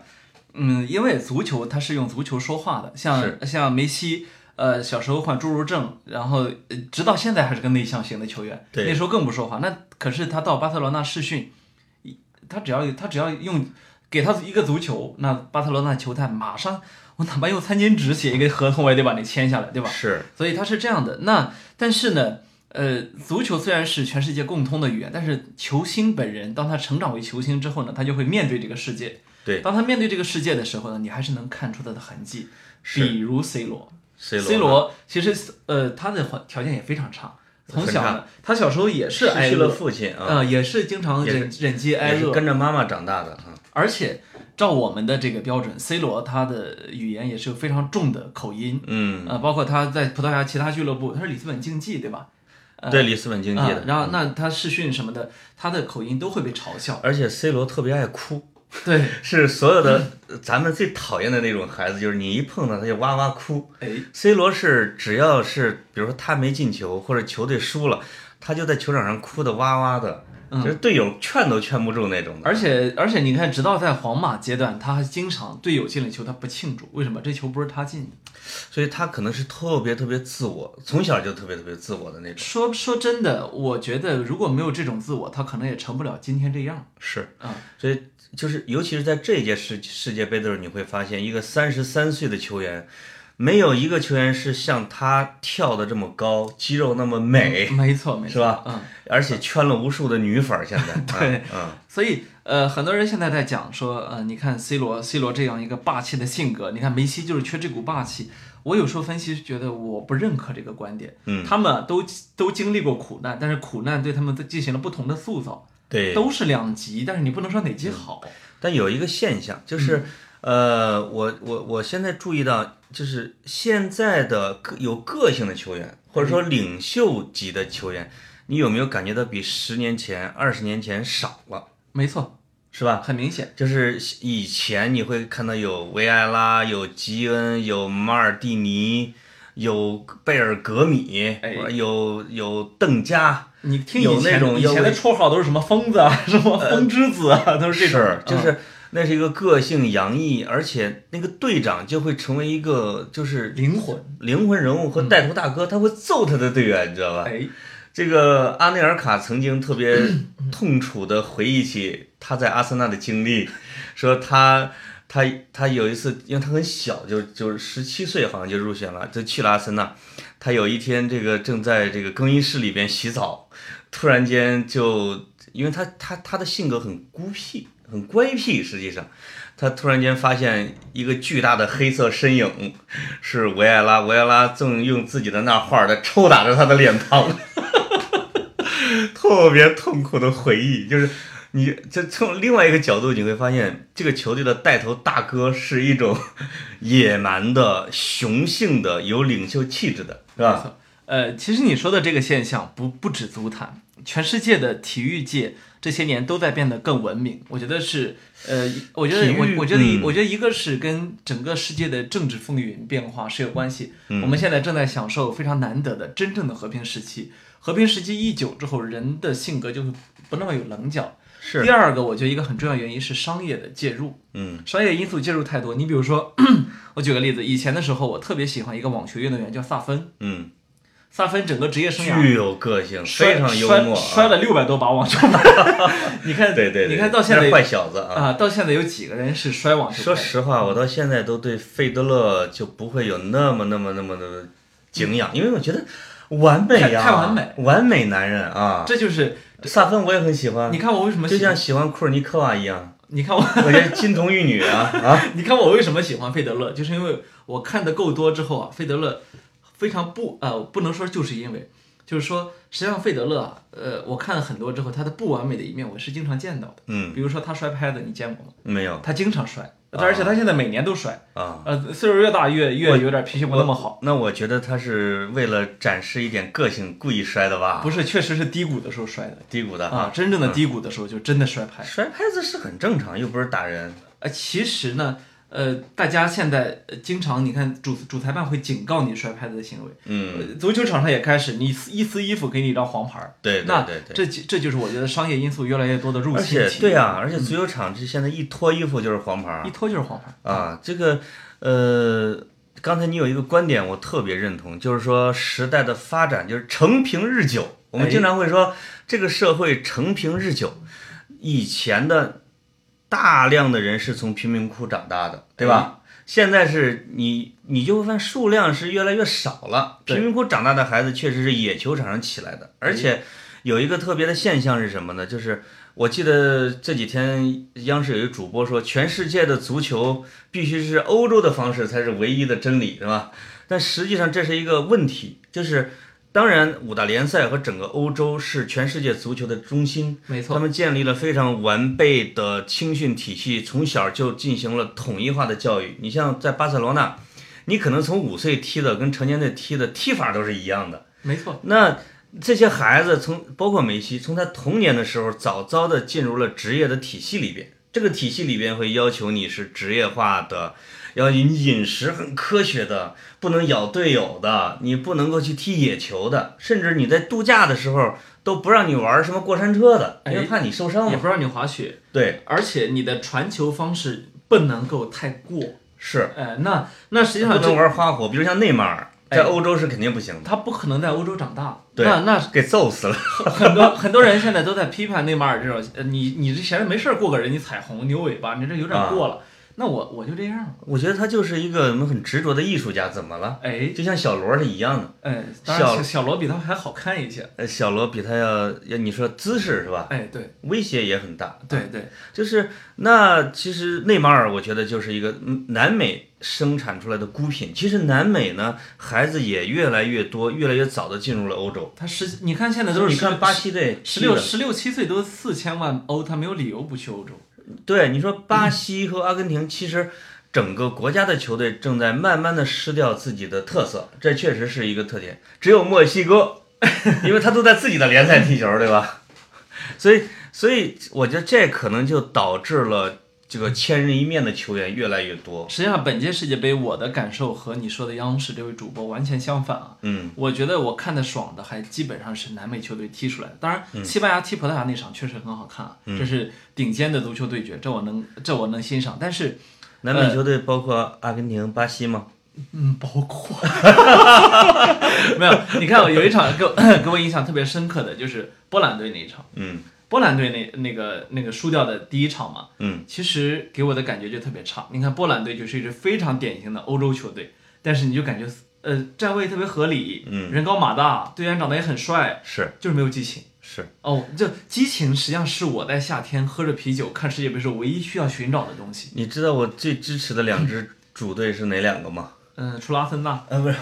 [SPEAKER 4] 嗯，因为足球它是用足球说话的，像像梅西。呃，小时候患侏儒症，然后呃直到现在还是个内向型的球员，
[SPEAKER 3] 对
[SPEAKER 4] 那时候更不说话。那可是他到巴塞罗那试训，一他只要他只要用给他一个足球，那巴塞罗那球探马上，我哪怕用餐巾纸写一个合同，我也得把你签下来，对吧？
[SPEAKER 3] 是
[SPEAKER 4] 所以它是这样的。那但是呢，呃，足球虽然是全世界共通的语言，但是球星本人当他成长为球星之后呢，他就会面对这个世界。
[SPEAKER 3] 对
[SPEAKER 4] 当他面对这个世界的时候呢，你还是能看出他的痕迹，
[SPEAKER 3] 是
[SPEAKER 4] 比如 C 罗。
[SPEAKER 3] ，C 罗啊
[SPEAKER 4] C 罗其实呃他的环条件也非常差，从小
[SPEAKER 3] 很
[SPEAKER 4] 呢，他小时候也是挨
[SPEAKER 3] 失去了
[SPEAKER 4] 饿，
[SPEAKER 3] 父亲啊，
[SPEAKER 4] 呃，也是经常
[SPEAKER 3] 也是
[SPEAKER 4] 忍忍饥挨
[SPEAKER 3] 也是
[SPEAKER 4] 饿，
[SPEAKER 3] 跟着妈妈长大的啊。
[SPEAKER 4] 而且照我们的这个标准，C 罗他的语言也是有非常重的口音，
[SPEAKER 3] 嗯，
[SPEAKER 4] 呃，包括他在葡萄牙其他俱乐部，他是里斯本竞技对吧？
[SPEAKER 3] 嗯对，里斯本竞技
[SPEAKER 4] 啊
[SPEAKER 3] 的。，
[SPEAKER 4] 然后那他试训什么的，他的口音都会被 嘲笑。
[SPEAKER 3] 而且 C 罗特别爱哭。
[SPEAKER 4] 对，
[SPEAKER 3] 是所有的呃咱们最讨厌的那种孩子，就是你一碰到他就哇哇哭。
[SPEAKER 4] 哎，
[SPEAKER 3] C 罗是只要是比如说他没进球或者球队输了，他就在球场上哭的哇哇的，就是队友劝都劝不住那种的。
[SPEAKER 4] 嗯而且而且你看，直到在皇马阶段，他还经常队友进了球他不庆祝，为什么？这球不是他进的。
[SPEAKER 3] 所以他可能是特别特别自我，从小就特别特别自我的那种。
[SPEAKER 4] 说说真的，我觉得如果没有这种自我，他可能也成不了今天这样。
[SPEAKER 3] 是
[SPEAKER 4] 啊，
[SPEAKER 3] 嗯所以就是尤其是在这一届世世界杯的时候，你会发现一个三十三岁的球员，没有一个球员是像他跳的这么高，肌肉那么美。
[SPEAKER 4] 没错，没错，
[SPEAKER 3] 是吧
[SPEAKER 4] 嗯，
[SPEAKER 3] 而且圈了无数的女粉儿，现在
[SPEAKER 4] 对
[SPEAKER 3] 嗯，
[SPEAKER 4] 所以呃，很多人现在在讲说，呃，你看 C 罗，C 罗这样一个霸气的性格，你看梅西就是缺这股霸气。我有时候分析觉得我不认可这个观点，
[SPEAKER 3] 嗯
[SPEAKER 4] 他们都都经历过苦难，但是苦难对他们都进行了不同的塑造，
[SPEAKER 3] 对。嗯
[SPEAKER 4] 都是两极，但是你不能说哪极好，
[SPEAKER 3] 但有一个现象
[SPEAKER 4] 嗯
[SPEAKER 3] 就是，呃，我我我现在注意到，就是现在的个有个性的球员，或者说
[SPEAKER 4] 嗯
[SPEAKER 3] 领袖级的球员，你有没有感觉到比十年前、二十年前少了？
[SPEAKER 4] 没错，
[SPEAKER 3] 是吧？
[SPEAKER 4] 很明显。
[SPEAKER 3] 就是以前你会看到有维埃拉、有吉恩、有马尔蒂尼、有贝尔格米，
[SPEAKER 4] 哎
[SPEAKER 3] 有有邓加，
[SPEAKER 4] 你听
[SPEAKER 3] 有
[SPEAKER 4] 以前
[SPEAKER 3] 那种
[SPEAKER 4] 以前的
[SPEAKER 3] 有
[SPEAKER 4] 绰号都是什么疯子啊，什么风之子啊，都是这种
[SPEAKER 3] 是，，就
[SPEAKER 4] 嗯
[SPEAKER 3] 是那是一个个性洋溢，而且那个队长就会成为一个就是
[SPEAKER 4] 灵魂。
[SPEAKER 3] 灵魂人物和带头大哥，他会揍他的队员，你知道吧？
[SPEAKER 4] 哎，
[SPEAKER 3] 这个阿内尔卡曾经特别痛楚地回忆起他在阿森纳的经历，说他他他有一次，因为他很小，就就是十七岁，好像就入选了，就去了阿森纳。他有一天这个正在这个更衣室里边洗澡，突然间就，因为他他他的性格很孤僻，很乖僻，实际上，他突然间发现一个巨大的黑色身影，是维埃拉，维埃拉正用自己的那画儿在抽打着他的脸庞。特别痛苦的回忆，就是你这从另外一个角度，你会发现这个球队的带头大哥是一种野蛮的、雄性的、有领袖气质的，是吧？
[SPEAKER 4] 呃，其实你说的这个现象不不止足坛，全世界的体育界这些年都在变得更文明。我觉得是，呃，我觉
[SPEAKER 3] 体
[SPEAKER 4] 得
[SPEAKER 3] 育
[SPEAKER 4] 我我觉得一
[SPEAKER 3] 嗯
[SPEAKER 4] 我觉得一个是跟整个世界的政治风云变化是有关系。
[SPEAKER 3] 嗯
[SPEAKER 4] 我们现在正在享受非常难得的真正的和平时期。和平时期一久之后，人的性格就会不那么有棱角。
[SPEAKER 3] 是
[SPEAKER 4] 第二个，我觉得一个很重要原因是商业的介入。
[SPEAKER 3] 嗯
[SPEAKER 4] 商业因素介入太多。你比如说， 我举个例子，以前的时候，我特别喜欢一个网球运动员叫萨芬，
[SPEAKER 3] 嗯，
[SPEAKER 4] 萨芬整个职业生涯
[SPEAKER 3] 具有个性，
[SPEAKER 4] 摔
[SPEAKER 3] 非常幽默、啊
[SPEAKER 4] 摔摔了六百多把网球拍。 你看，
[SPEAKER 3] 对对对，
[SPEAKER 4] 你看到现
[SPEAKER 3] 那
[SPEAKER 4] 在
[SPEAKER 3] 是坏小子啊。
[SPEAKER 4] 啊，到现在有几个人是摔网球拍？
[SPEAKER 3] 说实话，我到现在都对费德勒就不会有那么那么那么的敬仰，因为我觉得完美呀、
[SPEAKER 4] 太太完美，
[SPEAKER 3] 完美男人啊。
[SPEAKER 4] 这就是
[SPEAKER 3] 萨芬我也很喜欢，
[SPEAKER 4] 你看我为什么
[SPEAKER 3] 就
[SPEAKER 4] 喜
[SPEAKER 3] 像
[SPEAKER 4] 欢？
[SPEAKER 3] 喜欢库尔尼科娃一样，
[SPEAKER 4] 你看我，
[SPEAKER 3] 我觉得金童玉女啊啊，
[SPEAKER 4] 你看我为什么喜欢费德勒？就是因为我看的够多之后啊，费德勒非常不呃，不能说就是因为，就是说，实际上费德勒啊，呃，我看了很多之后，他的不完美的一面我是经常见到的。
[SPEAKER 3] 嗯，
[SPEAKER 4] 比如说他摔拍子，你见过吗？
[SPEAKER 3] 没有
[SPEAKER 4] 他经常摔，而且他现在每年都摔。
[SPEAKER 3] 啊。
[SPEAKER 4] 呃，岁数越大越越有点脾气不那么好。
[SPEAKER 3] 那我觉得他是为了展示一点个性故意摔的吧？
[SPEAKER 4] 不
[SPEAKER 3] 是
[SPEAKER 4] 是，确实是低谷的时候摔的
[SPEAKER 3] 低谷的
[SPEAKER 4] 啊
[SPEAKER 3] 哈，，
[SPEAKER 4] 真正的低谷的时候就真的摔拍。
[SPEAKER 3] 摔拍子是很正常，又不是打人。
[SPEAKER 4] 呃，其实呢，呃，大家现在呃经常你看主主裁判会警告你摔拍子的行为，
[SPEAKER 3] 嗯，
[SPEAKER 4] 呃足球场上也开始你撕一撕衣服给你一张黄牌儿。
[SPEAKER 3] 对对
[SPEAKER 4] 那
[SPEAKER 3] 对对。
[SPEAKER 4] 这就这就是我觉得商业因素越来越多的入
[SPEAKER 3] 而
[SPEAKER 4] 侵
[SPEAKER 3] 且
[SPEAKER 4] 体育
[SPEAKER 3] 对啊，而且足球场这现在一脱衣服就是黄牌儿
[SPEAKER 4] 一脱就是黄牌儿。
[SPEAKER 3] 啊，这个呃。刚才你有一个观点，我特别认同，就是说时代的发展就是成平日久。我们
[SPEAKER 4] 哎
[SPEAKER 3] 经常会说这个社会成平日久，以前的大量的人是从贫民窟长大的，对吧？现在是你你就会发现数量是越来越少了，
[SPEAKER 4] 对
[SPEAKER 3] 贫民窟长大的孩子确实是野球场上起来的，而且有一个特别的现象是什么呢？就是我记得这几天央视有一主播说，全世界的足球必须是欧洲的方式才是唯一的真理，是吧？但实际上这是一个问题，就是当然五大联赛和整个欧洲是全世界足球的中心，
[SPEAKER 4] 没
[SPEAKER 3] 他
[SPEAKER 4] 错，
[SPEAKER 3] 们建立了非常完备的青训体系，从小就进行了统一化的教育。你像在巴塞罗那，你可能从五岁踢的跟成年队踢的踢法都是一样的。
[SPEAKER 4] 没错，
[SPEAKER 3] 那这些孩子从包括梅西，从他童年的时候早早的进入了职业的体系里边。这个体系里边会要求你是职业化的，要求你饮食很科学的，不能咬队友的，你不能够去踢野球的，甚至你在度假的时候都不让你玩什么过山车的，因为
[SPEAKER 4] 哎
[SPEAKER 3] 怕你受伤
[SPEAKER 4] 也
[SPEAKER 3] 嘛。
[SPEAKER 4] 不让你滑雪，
[SPEAKER 3] 对，
[SPEAKER 4] 而且你的传球方式不能够太过。
[SPEAKER 3] 是
[SPEAKER 4] 哎，那那实际
[SPEAKER 3] 不
[SPEAKER 4] 上
[SPEAKER 3] 能
[SPEAKER 4] 这
[SPEAKER 3] 玩花火，比如像内马尔，在
[SPEAKER 4] 哎
[SPEAKER 3] 欧洲是肯定不行的，
[SPEAKER 4] 他不可能在欧洲长大。
[SPEAKER 3] 对
[SPEAKER 4] 那那
[SPEAKER 3] 给揍死了。
[SPEAKER 4] 很多 很多人现在都在批判内马尔这种，呃，你你这闲着没事儿过个人，你彩虹牛尾巴，你这有点过
[SPEAKER 3] 啊
[SPEAKER 4] 了。那我我就这样了，
[SPEAKER 3] 我觉得他就是一个什么很执着的艺术家，怎么了？
[SPEAKER 4] 哎
[SPEAKER 3] 就像小罗是一样的，
[SPEAKER 4] 哎，当然
[SPEAKER 3] 小
[SPEAKER 4] 小小罗比他们还好看一些，
[SPEAKER 3] 呃，小罗比他要要你说姿势是吧？
[SPEAKER 4] 哎，对
[SPEAKER 3] 威胁也很大，
[SPEAKER 4] 对对，
[SPEAKER 3] 啊就是那其实内马尔，我觉得就是一个嗯南美生产出来的孤品。其实南美呢，孩子也越来越多，越来越早的进入了欧洲。
[SPEAKER 4] 他十你看现在都是
[SPEAKER 3] 你看巴
[SPEAKER 4] 西
[SPEAKER 3] 西队
[SPEAKER 4] 十六
[SPEAKER 3] 踢的
[SPEAKER 4] 十六七岁都四千万欧，他没有理由不去欧洲。
[SPEAKER 3] 对，你说巴西和阿根廷，其实整个国家的球队正在慢慢的失掉自己的特色，这确实是一个特点。只有墨西哥，因为他都在自己的联赛踢球，对吧？所以所以我觉得这可能就导致了这个千人一面的球员越来越多。
[SPEAKER 4] 实际上，本届世界杯我的感受和你说的央视这位主播完全相反啊。
[SPEAKER 3] 嗯，
[SPEAKER 4] 我觉得我看的爽的还基本上是南美球队踢出来的，当然
[SPEAKER 3] 嗯
[SPEAKER 4] 西班牙踢葡萄牙那场确实很好看啊，这是顶尖的足球对决，这我能这我能欣赏。但是，
[SPEAKER 3] 南美球队包括阿根廷、巴西吗？
[SPEAKER 4] 嗯，包 括没有，你看我有一场给我 给我印象特别深刻的就是波兰队那一场，
[SPEAKER 3] 嗯
[SPEAKER 4] 波兰队那那个那个输掉的第一场嘛，
[SPEAKER 3] 嗯，
[SPEAKER 4] 其实给我的感觉就特别差。你看波兰队就是一支非常典型的欧洲球队，但是你就感觉呃站位特别合理，
[SPEAKER 3] 嗯
[SPEAKER 4] 人高马大，队员长得也很帅，
[SPEAKER 3] 是
[SPEAKER 4] 就是没有激情。
[SPEAKER 3] 是，
[SPEAKER 4] 哦，这激情实际上是我在夏天喝着啤酒看世界杯时候唯一需要寻找的东西。
[SPEAKER 3] 你知道我最支持的两支主队是哪两个吗？
[SPEAKER 4] 嗯、除了阿森纳，
[SPEAKER 3] 呃，不是，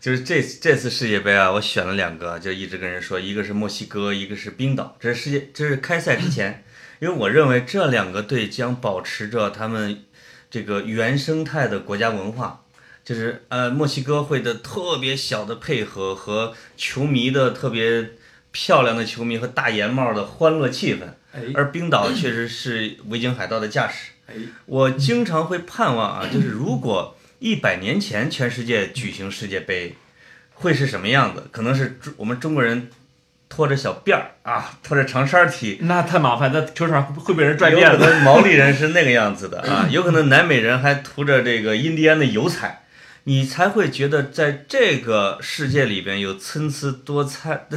[SPEAKER 3] 就是这这次世界杯啊，我选了两个，就一直跟人说，一个是墨西哥，一个是冰岛。这是世界，这是开赛之前，因为我认为这两个队将保持着他们这个原生态的国家文化，就是呃，墨西哥会的特别小的配合和球迷的特别漂亮的球迷和大檐帽的欢乐气氛，
[SPEAKER 4] 哎
[SPEAKER 3] 而冰岛确实是维京海盗的架势。
[SPEAKER 4] 哎，
[SPEAKER 3] 我经常会盼望 啊，就是如果一百年前全世界举行世界杯，会是什么样子？可能是中我们中国人拖着小辫儿啊，拖着长衫儿踢，
[SPEAKER 4] 那太麻烦，那球场会会被人 拽
[SPEAKER 3] 有
[SPEAKER 4] 遍
[SPEAKER 3] 可
[SPEAKER 4] 的。
[SPEAKER 3] 能毛利人是那个样子的啊， 有可能南美人还涂着这个印第安的油彩，你才会觉得在这个世界里边有参差 多彩、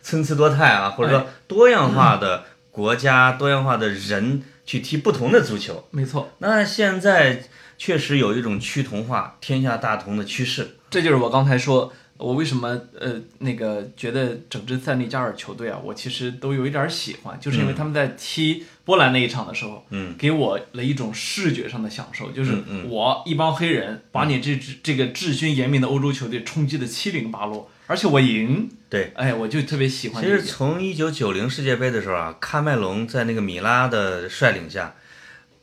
[SPEAKER 3] 参差多态啊，或者说多样化的国家、多样化的人去踢不同的足球。
[SPEAKER 4] 没错，
[SPEAKER 3] 那现在确实有一种趋同化、天下大同的趋势。
[SPEAKER 4] 这就是我刚才说，我为什么呃那个觉得整支塞内加尔球队啊，我其实都有一点儿喜欢，就是因为他们在踢波兰那一场的时候，
[SPEAKER 3] 嗯，
[SPEAKER 4] 给我了一种视觉上的享受，就是
[SPEAKER 3] 嗯嗯
[SPEAKER 4] 我一帮黑人把你这支这个治军严明的欧洲球队冲击的七零八落，而且我赢，
[SPEAKER 3] 对，
[SPEAKER 4] 哎，我就特别喜欢
[SPEAKER 3] 其
[SPEAKER 4] 这
[SPEAKER 3] 实
[SPEAKER 4] 一点。
[SPEAKER 3] 从一九九零世界杯的时候啊，喀麦隆在那个米拉的率领下，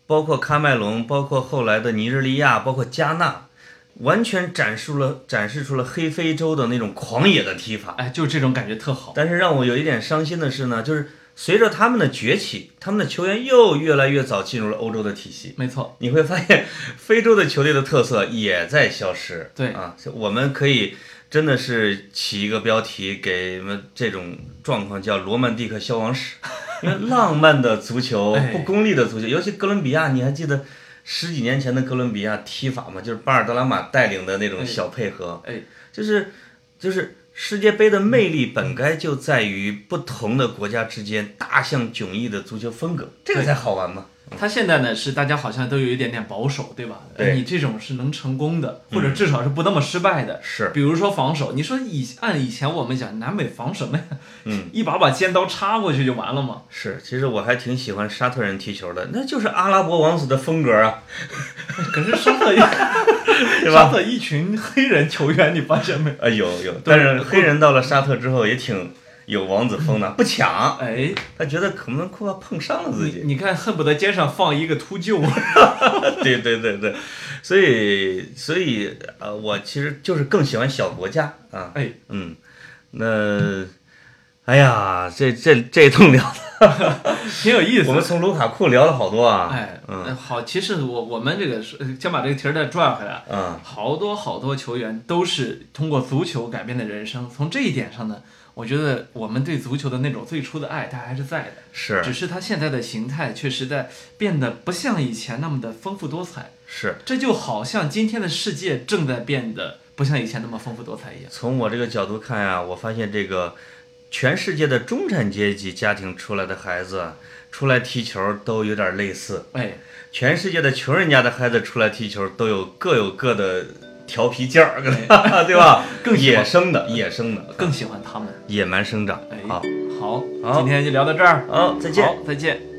[SPEAKER 3] 包括喀麦隆，包括后来的尼日利亚，包括加纳，完全展示了展示出了黑非洲的那种狂野的踢法。
[SPEAKER 4] 哎，就是这种感觉特好。
[SPEAKER 3] 但是让我有一点伤心的是呢，就是随着他们的崛起，他们的球员又越来越早进入了欧洲的体系。
[SPEAKER 4] 没错，
[SPEAKER 3] 你会发现非洲的球队的特色也在消失。
[SPEAKER 4] 对
[SPEAKER 3] 啊，我们可以真的是起一个标题给我们这种状况叫“罗曼蒂克消亡 史”，因为浪漫的足球
[SPEAKER 4] 哎、
[SPEAKER 3] 不功利的足球，尤其哥伦比亚，你还记得十几年前的哥伦比亚踢法吗？就是巴尔德拉马带领的那种小配合，
[SPEAKER 4] 哎，
[SPEAKER 3] 就是就是。世界杯的魅力本该就在于不同的国家之间大相迥异的足球风格，这个才好玩嘛。
[SPEAKER 4] 他现在呢是大家好像都有一点点保守，对吧？哎
[SPEAKER 3] 对嗯
[SPEAKER 4] 你这种是能成功的，或者至少是不那么失败的。
[SPEAKER 3] 是
[SPEAKER 4] 比如说防守，你说以按以前我们讲南美防什么呀？嗯， 一把把尖刀插过去就完了嘛。
[SPEAKER 3] 是，其实我还挺喜欢沙特人踢球的，那就是阿拉伯王子的风格啊。
[SPEAKER 4] 可是沙特一，沙特一群黑人球员，你发现没有？
[SPEAKER 3] 啊，有有，但是黑人到了沙特之后也挺有王子风的，不抢，
[SPEAKER 4] 哎，
[SPEAKER 3] 他觉得可能快要碰伤了自
[SPEAKER 4] 你
[SPEAKER 3] 己。
[SPEAKER 4] 你看，恨不得肩上放一个秃 鹫。
[SPEAKER 3] 对对对对，所以所以呃，我其实就是更喜欢小国家啊。
[SPEAKER 4] 哎，
[SPEAKER 3] 嗯，那。哎呀，这这这一通聊的，
[SPEAKER 4] 挺有意思
[SPEAKER 3] 我们
[SPEAKER 4] 的。
[SPEAKER 3] 从卢卡库聊了好多啊。
[SPEAKER 4] 哎，
[SPEAKER 3] 嗯
[SPEAKER 4] 呃好，其实我我们这个是呃先把这个题儿再转回来。啊
[SPEAKER 3] 嗯，
[SPEAKER 4] 好多好多球员都是通过足球改变的人生。从这一点上呢，我觉得我们对足球的那种最初的爱，它还是在的。
[SPEAKER 3] 是
[SPEAKER 4] 只是它现在的形态确实在变得不像以前那么的丰富多彩。
[SPEAKER 3] 是，
[SPEAKER 4] 这就好像今天的世界正在变得不像以前那么丰富多彩一样。
[SPEAKER 3] 从我这个角度看呀、我发现这个全世界的中产阶级家庭出来的孩子出来踢球都有点类似，
[SPEAKER 4] 哎，
[SPEAKER 3] 全世界的穷人家的孩子出来踢球都有各有各的调皮劲儿， 对吧？
[SPEAKER 4] 哎更喜
[SPEAKER 3] 野
[SPEAKER 4] 欢
[SPEAKER 3] 生的，野生的，
[SPEAKER 4] 更喜欢他们。
[SPEAKER 3] 野蛮生长。
[SPEAKER 4] 哎，
[SPEAKER 3] 好，
[SPEAKER 4] 好，
[SPEAKER 3] 好
[SPEAKER 4] 今天就聊到这儿。
[SPEAKER 3] 好，再见。
[SPEAKER 4] 好，再见。